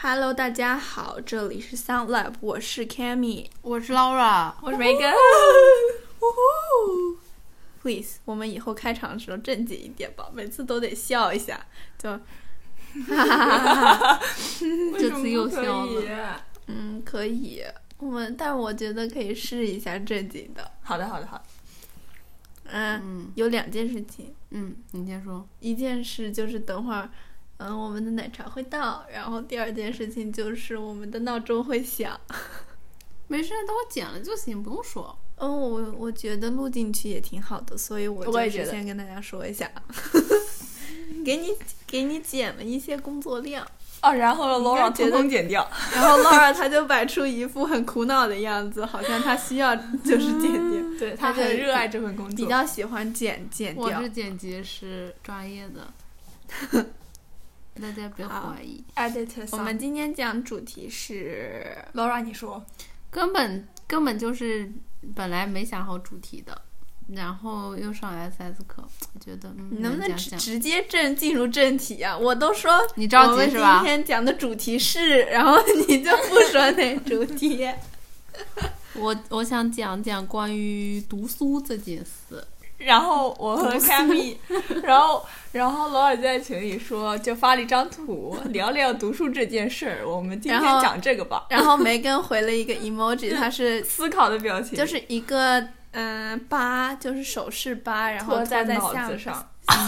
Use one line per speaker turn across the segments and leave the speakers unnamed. Hello，大家好，这里是 Sound Lab，我是 Cammy，
我是 Laura，
我是 Megan。Please，我们以后开场的时候正经一点吧，每次都得笑一下，就， 哈哈哈
这次又笑了。
嗯，可以，我们，但我觉得可以试一下正经的。
好的，好的，好的。
嗯，
嗯
有两件事情，
嗯，你先说。
一件事就是等会儿，嗯，我们的奶茶会到，然后第二件事情就是我们的闹钟会响。
没事，等我剪了就行，不用说。
嗯，我我觉得录进去也挺好的，所以我
我也
就
觉
是
得
先跟大家说一 下，给你给你减了一些工作 量，
哦，然后
你应该
Laura
觉
通
得
通剪掉。
然后 Laura 她就摆出一副很苦恼的样子，好像她需 要就是剪掉，
嗯对
他
他
就
很热爱这份工
比
作。
较喜欢剪剪
我
掉
是。剪辑师，专业的， 大家别
好
怀疑，
Editor，
我们今天讲主题是
Laura 你说，
根本根本就是本来没想好主题的，然后又上 SS 课，我觉得嗯，
你能不能
讲
直
讲？
直接正进入正题啊？我都说
你
我
着
们
急
今
是吧？
天讲的主题是，然后你就不说那主题。
我我想讲讲关于读书这件事。
然后我和 Cammy，然 后然后 Laura 就在群里说，就发了一张图， 聊聊读书这件事儿。我们今天
然后
讲这个吧。
然后梅根回了一个 emoji，他是
思考的表情，
就是一个嗯疤，就是手势疤，然后
拖在
在
脑
下
子上。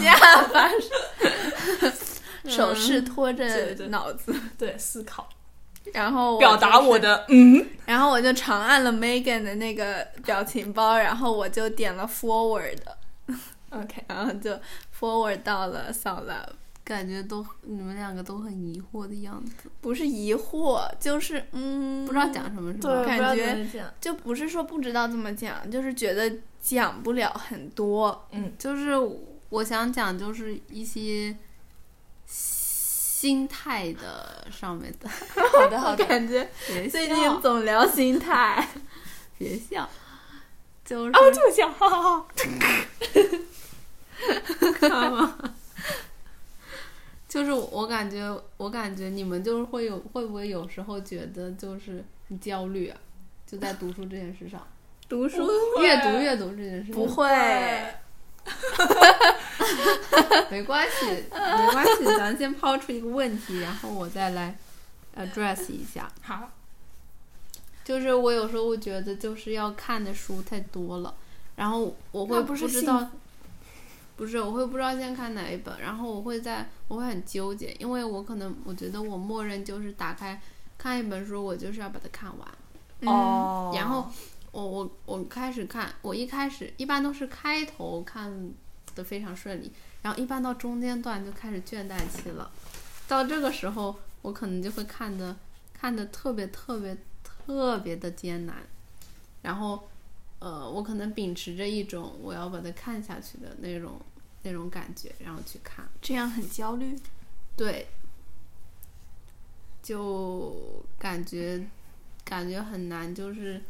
下 巴上，手势拖着
对对
脑子，
对，思考
然后我
表达
就是
我的嗯，
然后我就长按了 Megan 的那个表情包，然后我就点了 forward，
OK，
然后就 forward 到了 Sound Lab。
感觉都你们两个都很疑惑的样子，
不是疑惑，就是嗯，
不知道讲什么是
对
吧？
感
不知道
觉
怎么讲
就不是说不知道怎么讲，就是觉得讲不了很多。
就是我想讲就是一些心态的上面的，
好的好 的，
感觉
别
最
笑
近，总聊心态， 哦
别 笑，就是、
啊，我这么想，哈哈哈。
就是我感觉我感觉你们就是会有会不会有时候觉得就是很焦虑啊，就在读书这件事 上，
读书
会
阅读阅读这件事上
不会，
没关系，没关系，咱先抛出一个问题，然后我再来 address 一下。
好，
就是我有时候会觉得，就是要看的书太多了，然后我会
那不是
知
幸
道，不是我会不知道先看哪一本，然后我会在我会很纠结，因为我可能我觉得我默认就是打开看一本书，我就是要把它看完，
嗯
哦，
然后我我我开始看，我一开始一般都是开头看的非常顺利，然后一般到中间段就开始倦怠期了，到这个时候我可能就会看的看的特别特别特别的艰难，然后呃，我可能秉持着一种我要把它看下去的那种那种感觉，然后去看。
这样很焦虑。
对，就感觉感觉很难，就是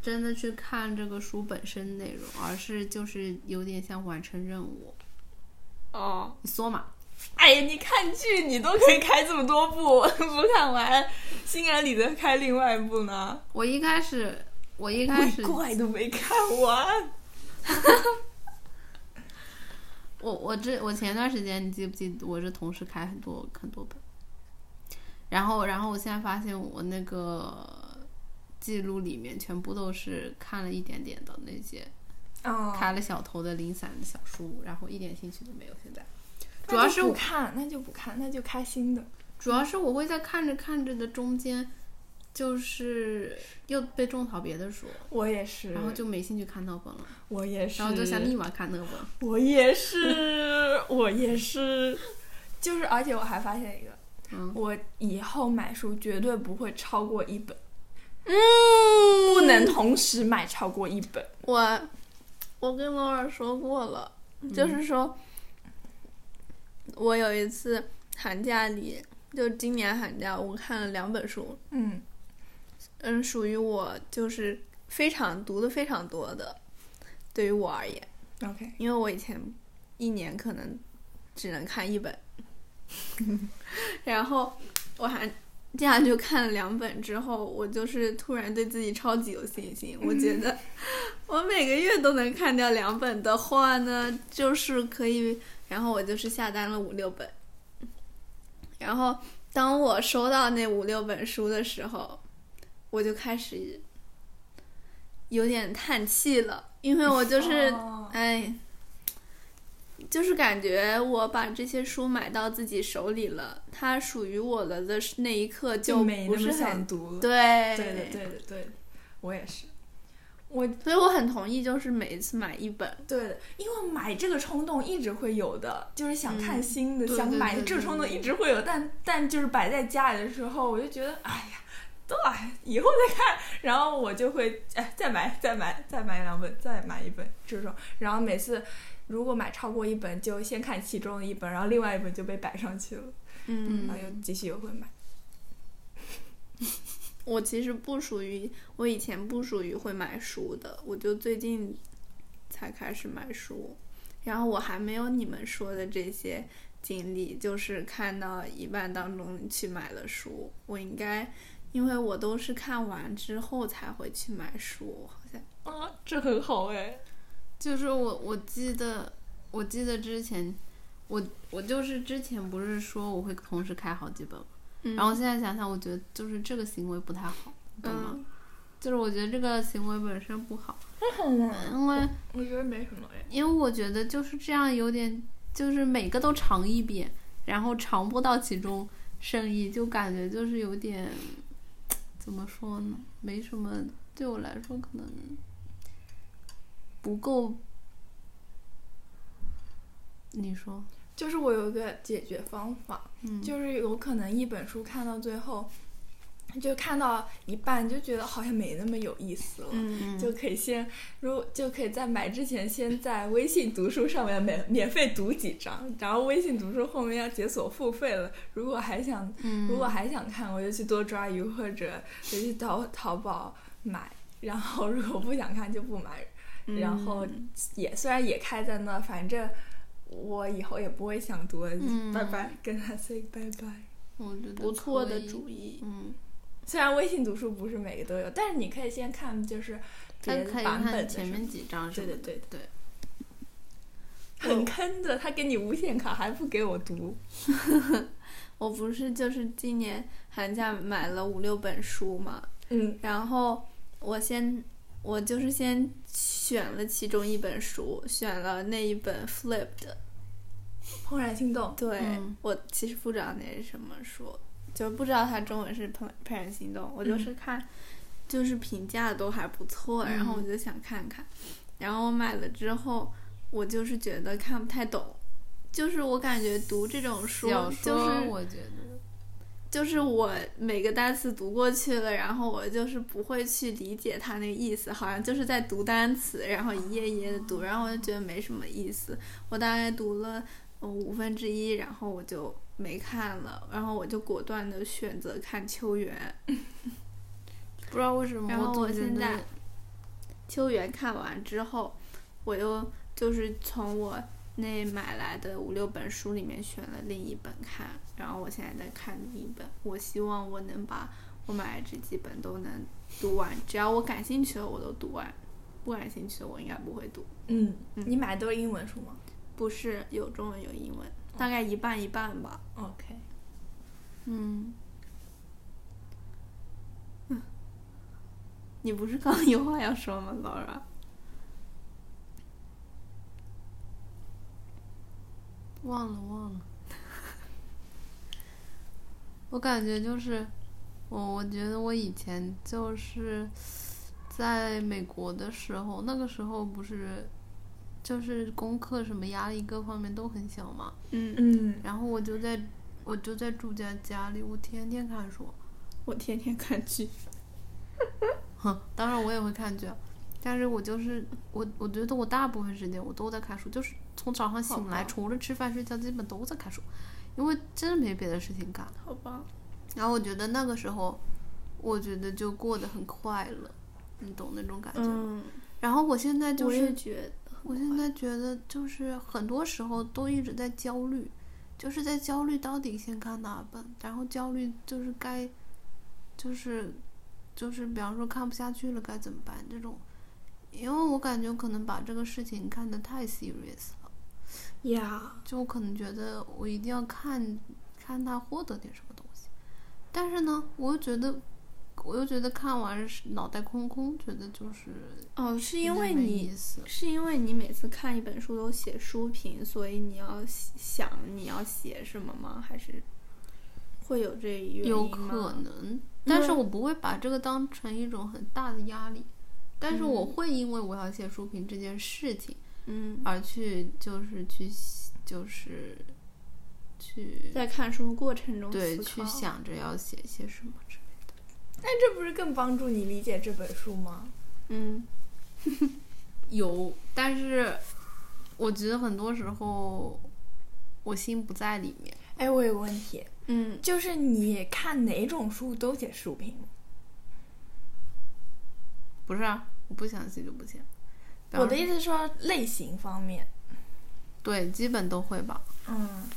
真的去看这个书本身内容，而是就是有点像完成任务。
哦，
你说嘛，
哎呀，你看剧你都可以开这么多部， 不看完，心安理得开另外一部呢。
我一开始我一开始
鬼怪都没看完。
我我这我前段时间你记不记得我这同事开很多很多本，然后然后我现在发现我那个记录里面全部都是看了一点点的那些
哦
开了小头的零散的小书，然后一点兴趣都没有。现在，主
主
要
要
是
是不
我
看，那就不看，那就开心的。
主要是我会在看着看着的中间，就是又被种草别的书，
我也是，
然后就没兴趣看那本了，
我也是，
然后就想立马看那本。
我也是， 我也是，就是，而且我还发现一个，
嗯，
我以后买书绝对不会超过一本，
嗯，
不能同时买超过一本。
我我跟罗尔说过了，就是说，我有一次寒假里，就今年寒假我看了两本书，
嗯，
嗯，属于我就是非常读的非常多的，对于我而言，
OK，
因为我以前 一年可能只能看一本，然后我还接下来就看了两本之后，我就是突然对自己超级有信心。我觉得我每个月都能看掉两本的话呢，就是可以。然后我就是下单了五六本。然后当我收到那五六本书的时候，我就开始有点叹气了，因为我就是
哦
哎，就是感觉我把这些书买到自己手里了，它属于我了的那一刻就
没
不
那
是
么
很
想读了。
对
对的，对的，对的，我也是。我
所以我很同意，就是每一次买一本，
对的，因为买这个冲动一直会有的，就是想看新的，
嗯对
想
对
买
对
这个
对
冲动
对
一直会有，但但就是摆在家里的时候，我就觉得哎呀，都哎以后再看，然后我就会哎再买再买再买两本，再买一本这种，然后每次如果买超过一本，就先看其中的一本，然后另外一本就被摆上去了，
嗯
然后又继续又会买。
我其实不属于，我以前不属于会买书的，我就最近才开始买书，然后我还没有你们说的这些经历，就是看到一半当中去买了书，我应该，因为我都是看完之后才会去买书，好像，
啊，这很好哎，
就是我我记得我记得之前我我就是之前不是说我会同时开好几本吗，
嗯
然后现在想想，我觉得就是这个行为不太好，你懂吗？就是我觉得这个行为本身不好，
很难，
因为
我觉得没什么哎。
因为我觉得就是这样有点，就是每个都尝一遍，然后尝不到其中深意，就感觉就是有点，怎么说呢？没什么，对我来说可能不够。你说，
就是我有一个解决方法，
嗯，
就是有可能一本书看到最后，就看到一半就觉得好像没那么有意思了。
嗯
嗯
就可以先，如果就可以在买之前，先在微信读书上面免免费读几章，然后微信读书后面要解锁付费了。如果还想，
嗯
如果还想看，我就去多抓鱼或者就去淘淘宝买。然后如果不想看就不买，
嗯
然后也虽然也开在那，反正我以后也不会想读了，
嗯
拜拜，跟他 say 拜拜。
我觉得
不错的
可以
主意，
嗯，
虽然微信读书不是每个都有，但是你可以先看就是别
但
的
可以
版本
看
的
前
是吧
面几章什
对
么
的
的，
对 的
对，
很坑的，他给你无限卡还不给我读，
我不是就是今年寒假买了五六本书嘛，
嗯，
然后我先，我就是先选了其中一本书，选了那一本 Flipped。
怦然心动，
对、
嗯
我其实不知道那是什么书，就不知道它中文是《怦怦然心动》，我
嗯
就是看，就是评价都还不错，然
嗯
后我就想看看，然后我买了之后，我就是觉得看不太懂。就是我感觉读这种书，
小
就
说
是
我觉得。
就是我每个单词读过去了，然后我就是不会去理解它那个意思，好像就是在读单词，然后一页一页的读，然后我就觉得没什么意思。我大概读了嗯五分之一，然后我就没看了，然后我就果断的选择看秋园。
不知道为什么，
然后我
总觉
现
得
在秋园看完之后，我又就是从我那买来的五六本书里面选了另一本看，然后我现在在看另一本。我希望我能把我买的这几本都能读完，只要我感兴趣的我都读完，不感兴趣的我应该不会读。
嗯，你买的都是英文书吗
不是有中文有英文，大概一半一半吧。
？OK，
嗯，
你不是刚刚有话要说吗，Laura？
忘了忘了。我感觉就是，我我觉得我以前就是在美国的时候，那个时候不是就是功课什么压力各方面都很小嘛，
嗯，
嗯，
然后我就在我就在住家家里，我天天看书，
我天天看剧。
哼，当然我也会看剧啊，但是我就是我，我觉得我大部分时间我都在看书，就是从早上醒
好
来，
吧
除了吃饭睡觉，基本都在看书，因为真的没别的事情干。
好吧，
然后我觉得那个时候，我觉得就过得很快乐，你懂那种感觉吗？
嗯，
然后我现在就
我
是
也觉得，
我现在觉得就是很多时候都一直在焦虑，就是在焦虑到底先看哪本，然后焦虑就是该，就是，就是比方说看不下去了该怎么办这种，因为我感觉可能把这个事情看得太 serious 了，
呀，
就我可能觉得我一定要看看他获得点什么东西，但是呢，我又觉得，我又觉得看完是脑袋空空，觉得就是
哦，是因为
没
你
意思，
是因为你每次看一本书都写书评，所以你要想你要写什么吗？还是会有这原
有
因
可
吗？
能，但是
嗯
我不会把这个当成一种很大的压力，但是我
嗯
会因为我要写书评这件事情
嗯，
而去就是去就是去
在看书过程中
对
思
去
考
想着要写些什么之类的。
但这不是更帮助你理解这本书吗？
嗯
有，但是我觉得很多时候我心不在里面，
哎，我有个问题，
嗯，
就是你看哪种书都写书评，
不是、啊，我不想写就不写。比
我
方
的
说
意思是说类型方面，
对，基本都会吧。
嗯。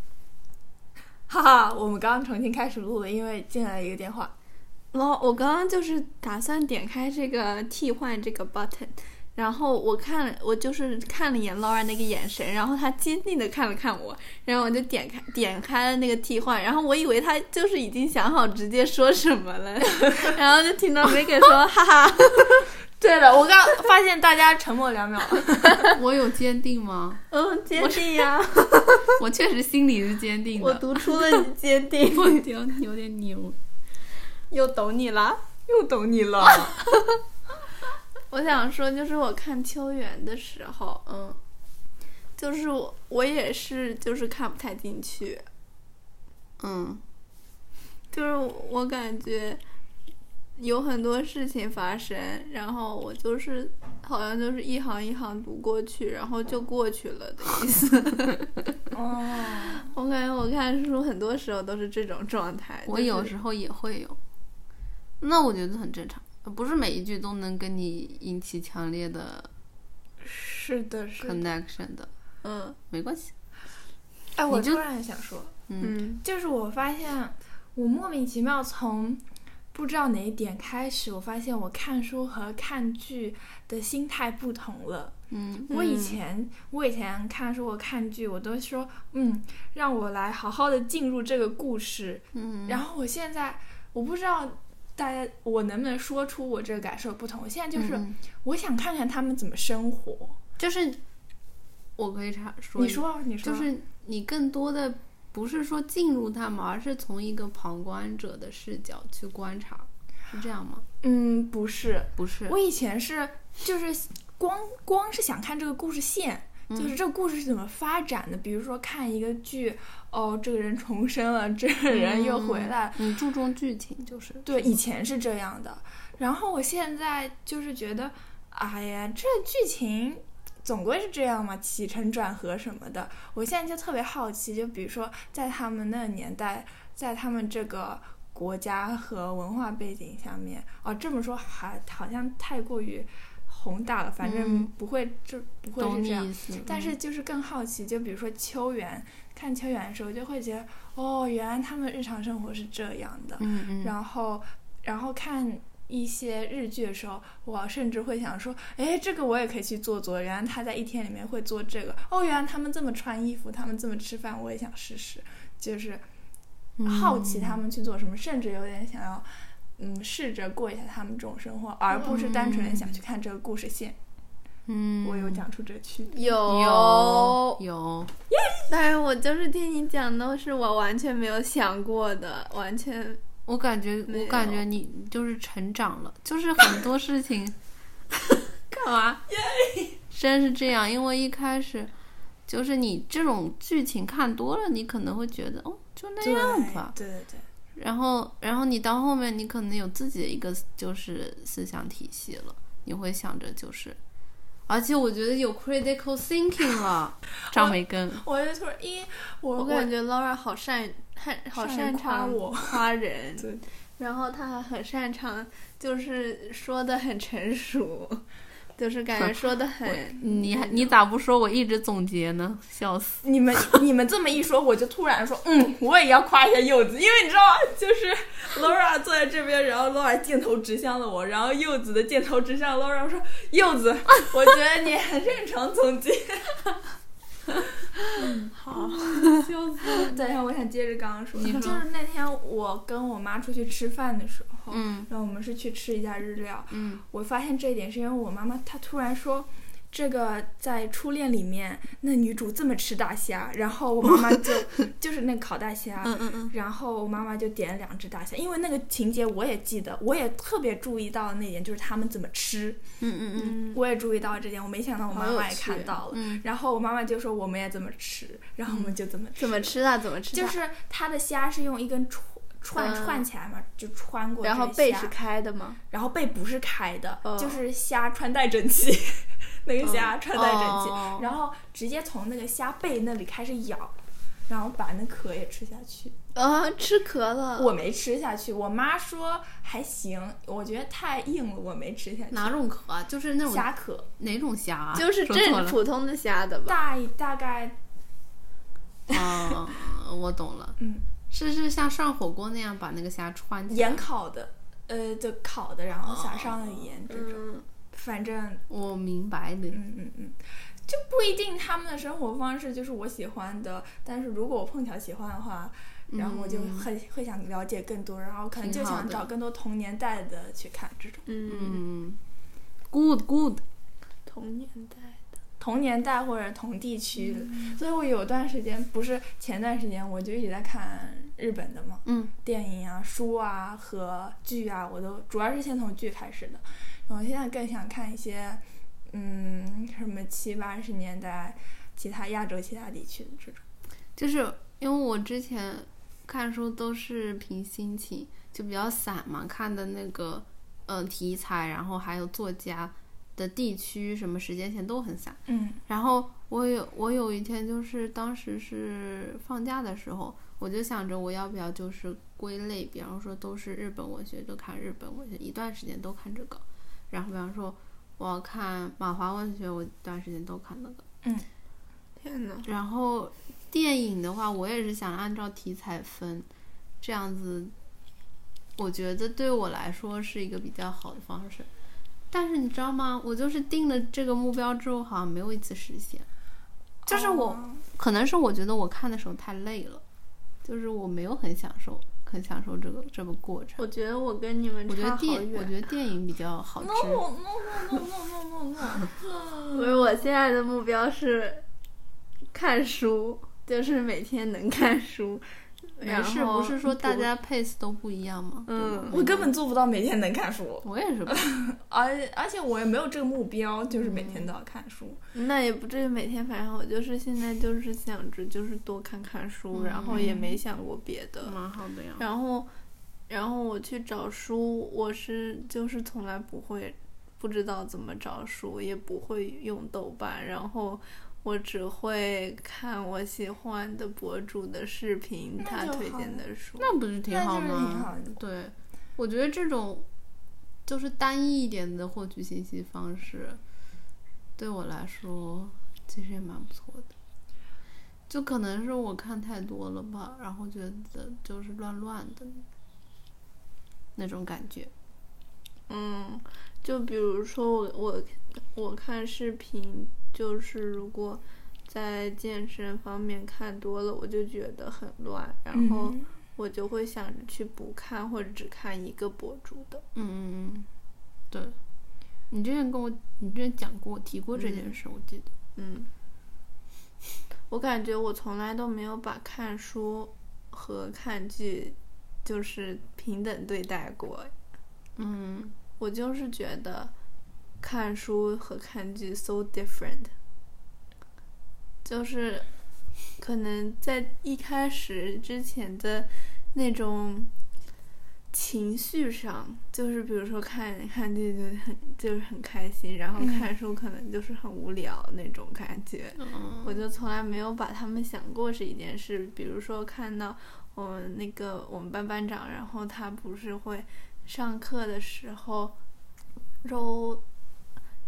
哈哈，我们刚刚重新开始录了，因为进来一个电话。
然后我刚刚就是打算点开这个替换这个 button，然后我看了，我就是看了一眼 Laura 那个眼神，然后他坚定的看了看我，然后我就点开点开了那个替换，然后我以为他就是已经想好直接说什么了， 然后就听到 Megan 说哈哈，
对了，我刚发现大家沉默两秒，
我有坚定吗？
嗯，坚定 呀、
我确实心里是坚定的。
我读 出了你坚定，
我屌，有点牛。
又懂你了。
又懂你了。
我想说，就是我看秋园的时候，嗯，就是我我也是就是看不太进去，
嗯，
就是我感觉有很多事情发生，然后我就是好像就是一行一行读过去，然后就过去了的意思。
哦，
我感觉我看书很多时候都是这种状态。
我
就是嗯
有时候也会有，那我觉得很正常，不是每一句都能跟你引起强烈的
是的，是的。
connection 的，
嗯
没关系。
哎，我
你就
突然想说，
嗯，
嗯
就是我发现我莫名其妙从不知道哪一点开始，我发现我看书和看剧的心态不同了。
嗯
我以
嗯
前，我以前看书，我看剧，我都说，嗯，让我来好好的进入这个故事。
嗯，
然后我现在，我不知道大家我能不能说出我这个感受不同。我现在就是，
嗯
我想看看他们怎么生活。
就是我可以插说，
你，说，你说，
就是你更多的不是说进入他们，而是从一个旁观者的视角去观察，是这样吗？
嗯，不是，
不是，
我以前是就是光光是想看这个故事线，就是这个故事是怎么发展的。比如说看一个剧，哦，这个人重生了，这个人又回来了。
你注重剧情就是
对，以前是这样的。然后我现在就是觉得，哎呀，这剧情。总归是这样嘛，起承转合什么的。我现在就特别好奇，就比如说在他们那个年代，在他们这个国家和文化背景下面，哦，这么说还好像太过于宏大了，反正
嗯
不会，这不会
懂
是
你
这样。
意思，
但是就是更好奇，就比如说秋园，看秋园的时候就会觉得，哦，原来他们日常生活是这样的。
嗯嗯，
然后，然后看一些日剧的时候，我甚至会想说，哎，这个我也可以去做做。原来他在一天里面会做这个，哦，原来他们这么穿衣服，他们这么吃饭，我也想试试。就是好奇他们去做
嗯
什么，甚至有点想要，嗯，试着过一下他们这种生活，而不是单纯的
嗯
想去看这个故事线。
嗯，
我有讲出这个区别。
有
有有，
但是我就是听你讲都是我完全没有想过的，完全
我感觉
没
我感
有
觉你就是成长了，就是很多事情
干嘛？
真是这样，因为一开始就是你这种剧情看多了，你可能会觉得哦就那样
啊
吧，
对对对，
然后然后你到后面你可能有自己的一个就是思想体系了，你会想着就是。而且我觉得有 critical thinking 了，张培根，
我就突然，因为我
我感觉 Laura 好善，很好
善于
擅
夸
长
我
夸人，
对
然后他还很擅长，就是说的很成熟，就是感觉说的很，
你还你咋不说？我一直总结呢，笑死！
你们 你们这么一说，我就突然说，嗯，我也要夸一下柚子，因为你知道吗？就是 Laura 坐在这边，然后 Laura 镜头直向了我，然后柚子的镜头直向 Laura，说：“柚 子，我觉得你很擅长总结。
好，
笑死！”
对，然后我想接着刚刚说的，
你说
就是那天我跟我妈出去吃饭的时候，
嗯
然后我们是去吃一家日料，
嗯
我发现这一点是因为我妈妈她突然说，这个在初恋里面，那女主这么吃大虾，然后我妈妈 就就是那烤大虾，
嗯嗯嗯，
然后我妈妈就点了两只大虾，因为那个情节我也记得，我也特别注意到那点，就是他们怎么吃，
嗯嗯嗯
嗯，
我也注意到这点，我没想到我妈
好有
妈也
趣
看到了，
嗯，
然后我妈妈就说我们也这么吃，然后我们就这么吃，
怎嗯么吃啊？怎么吃啊？
就是它的虾是用一根串串
嗯
串起来嘛，就穿过这
然
个虾，
后背是开的吗？
然后背不是开的，
哦
就是虾穿戴整齐， 那个虾穿戴整齐，
哦
然后直接从那个虾背那里开始咬，然后把那壳也吃下去。
啊，吃壳了。
我没吃下去，我妈说还行，我觉得太硬了，我没吃下去。
哪种壳啊？就是那种
虾壳
哪种虾啊？
就是
说错
正
了
普通的虾的吧？
大一大概，
啊，我懂了，
嗯，
是是像涮火锅那样把那个虾穿起来。
盐烤的，呃，就烤的，然后撒上了盐这种，
嗯，
反正
我明白的，
嗯嗯嗯，就不一定他们的生活方式就是我喜欢的，但是如果我碰巧喜欢的话，然后我就
嗯
很会想了解更多，然后可能就
挺好
想
的
找更多同年代的去看这种
嗯，
嗯，good good，
同年代的，
同年代或者同地区的。
嗯
所以我有段时间不是前段时间我就一直在看日本的嘛，
嗯，
电影啊、书啊和剧啊，我都主要是先从剧开始的。我现在更想看一些，嗯，什么七八十年代其他亚洲其他地区的这种。
就是因为我之前看书都是凭心情，就比较散嘛，看的那个呃题材，然后还有作家的地区什么时间线都很散。
嗯
然后我有我有一天就是当时是放假的时候，我就想着我要不要就是归类，比方说都是日本文学就看日本文学，一段时间都看这个，然后比方说我要看马华文学，我一段时间都看那个，
天哪！
然后电影的话，我也是想按照题材分，这样子，我觉得对我来说是一个比较好的方式。但是你知道吗？我就是定了这个目标之后，好像没有一次实现。就是我，
哦
可能是我觉得我看的时候太累了，就是我没有很享受，很享受这个这个过程。
我觉得我跟你们
我觉
差好
得电，我
远。
觉得电影比较好吃。
no no no no no！
不是，我现在的目标是看书，就是每天能看书。
没
然
事，
后
不是说大
不
家 pace 都不一样吗？
嗯
我根本做不到每天能看书，
我也是吧，
而而且我也没有这个目标，就是每天都要看书。
那也不至于每天，反正我就是现在就是想着就是多看看书，然后也
嗯
没想过别的。
蛮好的呀。
然后，然后我去找书，我是就是从来不会不知道怎么找书，也不会用豆瓣，然后我只会看我喜欢的博主的视频，
那
他
就
推
好
荐的书。
那不是挺好
那就是挺
吗
好？的
对，我觉得这种就是单一一点的获取信息方式，对我来说其实也蛮不错的。就可能是我看太多了吧，然后觉得就是乱乱的那种感觉。
嗯，就比如说我我我看视频，就是如果在健身方面看多了，我就觉得很乱，然后
嗯
我就会想着去不看或者只看一个博主的。
嗯嗯嗯，对。你之前跟我，你之前讲过提过这件事，我记得。
嗯，我感觉我从来都没有把看书和看剧就是平等对待过。
嗯，
我就是觉得看书和看剧 so different，就是可能在一开始之前的那种情绪上，就是比如说看看剧就很就是很开心，然后
嗯
看书可能就是很无聊那种感觉。我就从来没有把他们想过是一件事。比如说看到我们那个我们班班长，然后他不是会上课的时候揉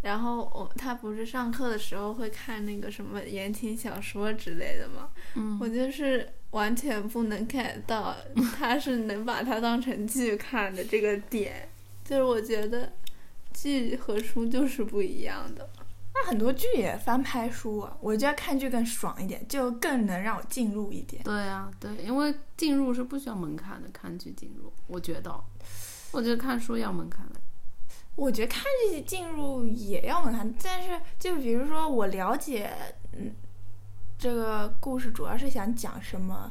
然后我他不是上课的时候会看那个什么言情小说之类的吗？
嗯，
我就是完全不能 get 到他是能把它当成剧看的这个点，就是我觉得剧和书就是不一样的。
那很多剧也翻拍书啊，我觉得看剧更爽一点，就更能让我进入一点。
对啊，对，因为进入是不需要门槛的，看剧进入，我觉得，我觉得看书要门槛的。
我觉得看剧进入也要门槛，但是就比如说我了解，嗯，这个故事主要是想讲什么，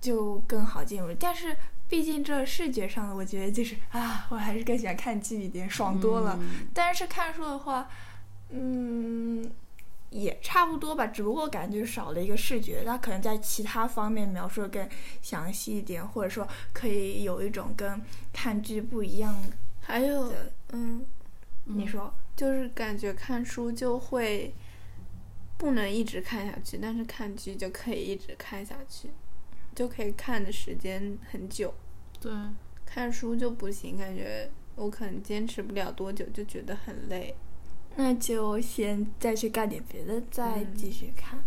就更好进入。但是毕竟这视觉上的，我觉得就是啊，我还是更喜欢看剧一点，爽多了。
嗯
但是看书的话，嗯，也差不多吧，只不过感觉少了一个视觉，它可能在其他方面描述的更详细一点，或者说可以有一种跟看剧不一样的。
还有，嗯，
你说，
就是感觉看书就会不能一直看下去，但是看剧就可以一直看下去，就可以看的时间很久。
对，
看书就不行，感觉我可能坚持不了多久，就觉得很累。
那就先再去干点别的，再
嗯
继续看。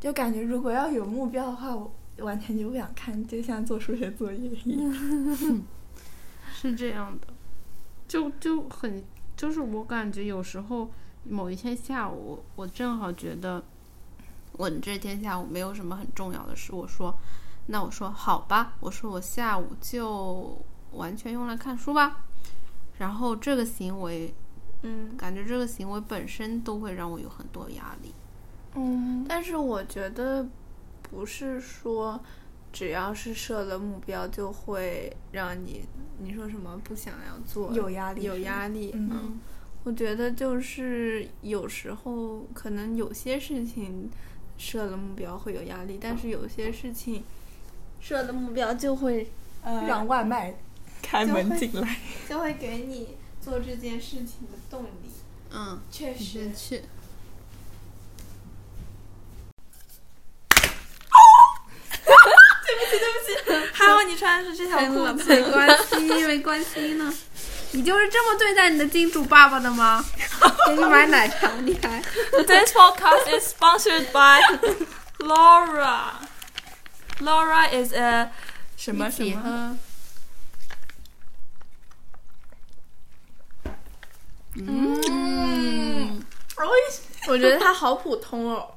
就感觉如果要有目标的话，我完全就不想看，就像做数学作业一样。
是这样的，就就很就是我感觉有时候某一天下午，我正好觉得我这天下午没有什么很重要的事，我说，那我说好吧，我说我下午就完全用来看书吧。然后这个行为，
嗯，
感觉这个行为本身都会让我有很多压力。
嗯，
但是我觉得不是说只要是设了目标就会让你你说什么不想要做，
有压力，
有压力，
嗯
我觉得就是有时候可能有些事情设了目标会有压力，但是有些事情设了目标就会
力，让外卖开
就
门
会
进来。
就会给你做这件事情的动力。
嗯，
确
你先去。
哈喽，你穿的是这条
哎
裤
没
子。
关系，没关系呢。你就是这么对待你的金主爸爸的吗？给你买奶茶， 你还
This podcast is sponsored by Laura. Laura is a 什么什么？
么？嗯，
哎
我觉得它好普通哦。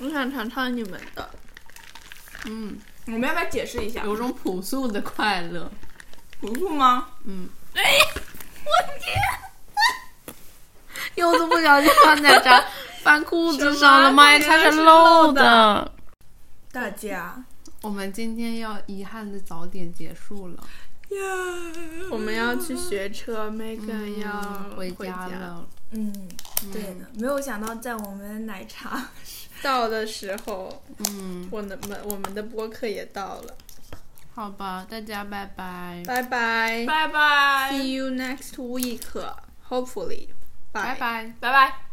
我想尝尝你们的，
嗯，
我们要不要解释一下？
有种朴素的快乐。
糊涂吗？
柚子不小心把奶 茶翻裤子上了，妈呀，它是漏的。
大家
我们今天要遗憾的早点结束了，
呀，
我们要去学车，Megan 要
嗯回
家
家了。
嗯，对的，没有想到在我们奶茶
到的时候，
嗯，
我们我们的播客也到了，
好吧，大家拜拜，
拜拜
拜拜，
，See you next week，hopefully，
拜拜。
拜拜。